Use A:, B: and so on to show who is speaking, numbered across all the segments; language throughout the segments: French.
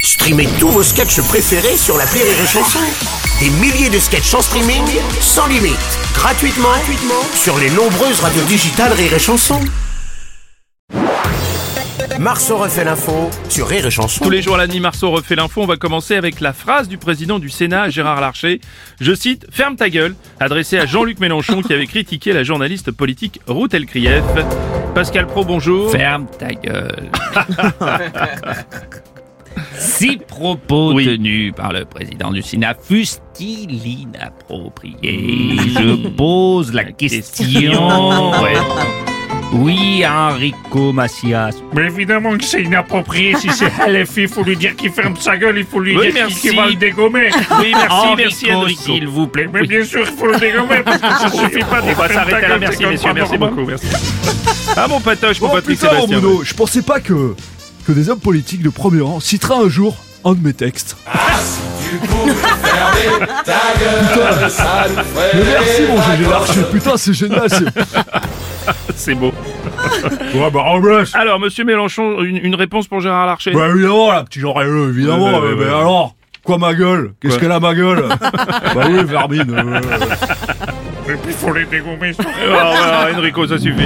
A: Streamez tous vos sketchs préférés sur la Rire et Chanson. Des milliers de sketchs en streaming, sans limite, gratuitement, gratuitement sur les nombreuses radios digitales Rire et Chanson. Marceau refait l'info sur Rire et Chanson.
B: Tous les jours à la nuit, Marceau refait l'info. On va commencer avec la phrase du président du Sénat, Gérard Larcher. Je cite Ferme ta gueule, adressée à Jean-Luc Mélenchon qui avait critiqué la journaliste politique Ruth Elkrief. Pascal Pro, bonjour.
C: Ferme ta gueule. Six propos
B: Oui.
C: tenus par le président du Sénat fussent-ils inappropriés Je pose la question. Ouais. Oui, Enrico Macias.
D: Mais évidemment que c'est inapproprié. Si c'est LFI, il faut lui dire qu'il ferme sa gueule, il faut lui
B: Oui,
D: dire qu'il- qu'il va
B: merci.
D: le dégommer.
B: Oui, merci, merci,
C: Enrico,
B: Enrico.
C: s'il vous plaît.
D: Mais bien sûr, il faut le dégommer parce que ça suffit pas de
B: On va
D: fermer ta
B: s'arrêter là,
D: gueule,
B: merci
D: c'est comme
B: messieurs,
D: pas
B: merci
D: normal.
B: beaucoup, merci. Ah mon patoche, mon
E: Oh
B: Patrick
E: putain,
B: Sébastien.
E: Bruno, je pensais pas que, que des hommes politiques de premier rang citeraient un jour un de mes textes.
C: Eh,
E: Mais merci mon GG Larcher, putain c'est génial, c'est-
B: C'est beau.
E: Ouais bah en blesse.
B: Alors, monsieur Mélenchon, une, une réponse pour Gérard Larcher
E: Bah évidemment là, petit genre rêveux, évidemment,
B: Ouais, ouais,
E: mais,
B: ouais,
E: mais
B: ouais.
E: alors Quoi ma gueule Qu'est-ce
B: Quoi
E: qu'elle a ma gueule Bah oui, Vermine. euh,
D: Et puis, il faut les dégommer. surtout.
B: Oh, voilà, Enrico, ça suffit.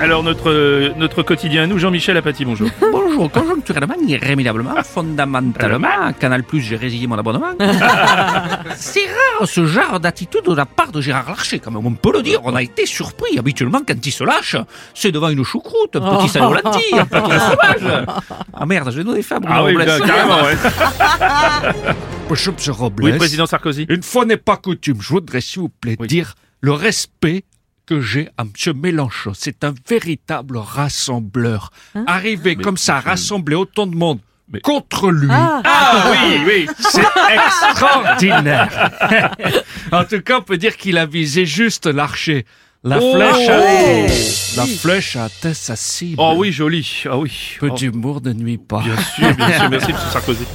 B: Alors, notre, euh, notre quotidien à nous, Jean-Michel Apathy, bonjour.
C: Bonjour, conjoncturellement, irrémédiablement, fondamentalement, à Canal Plus, j'ai résilié mon abonnement. C'est rare ce genre d'attitude de la part de Gérard Larcher, quand même, on peut le dire. On a été surpris. Habituellement, quand il se lâche, c'est devant une choucroute, un petit salé au lentilles, un petit fromage. Ah merde, je vais donner faim, Bruno
B: Ah oui,
C: Robles.
B: bien, carrément, ouais.
C: Bonjour, monsieur Robles.
B: Oui, président Sarkozy.
C: Une fois n'est pas coutume, je voudrais s'il vous plaît
B: Oui.
C: dire le respect que j'ai à M. Mélenchon. C'est un véritable rassembleur. Arriver comme ça à rassembler autant de monde contre lui,
B: Ah oui, oui.
C: c'est extraordinaire. en tout cas, on peut dire qu'il a visé juste l'archer. La
B: Oh,
C: flèche a... La flèche a atteint sa cible.
B: Oh oui, Oh. joli. Ah oui.
C: Peu
B: Oh,
C: d'humour ne nuit pas.
B: Bien sûr, bien sûr. Merci, monsieur Sarkozy.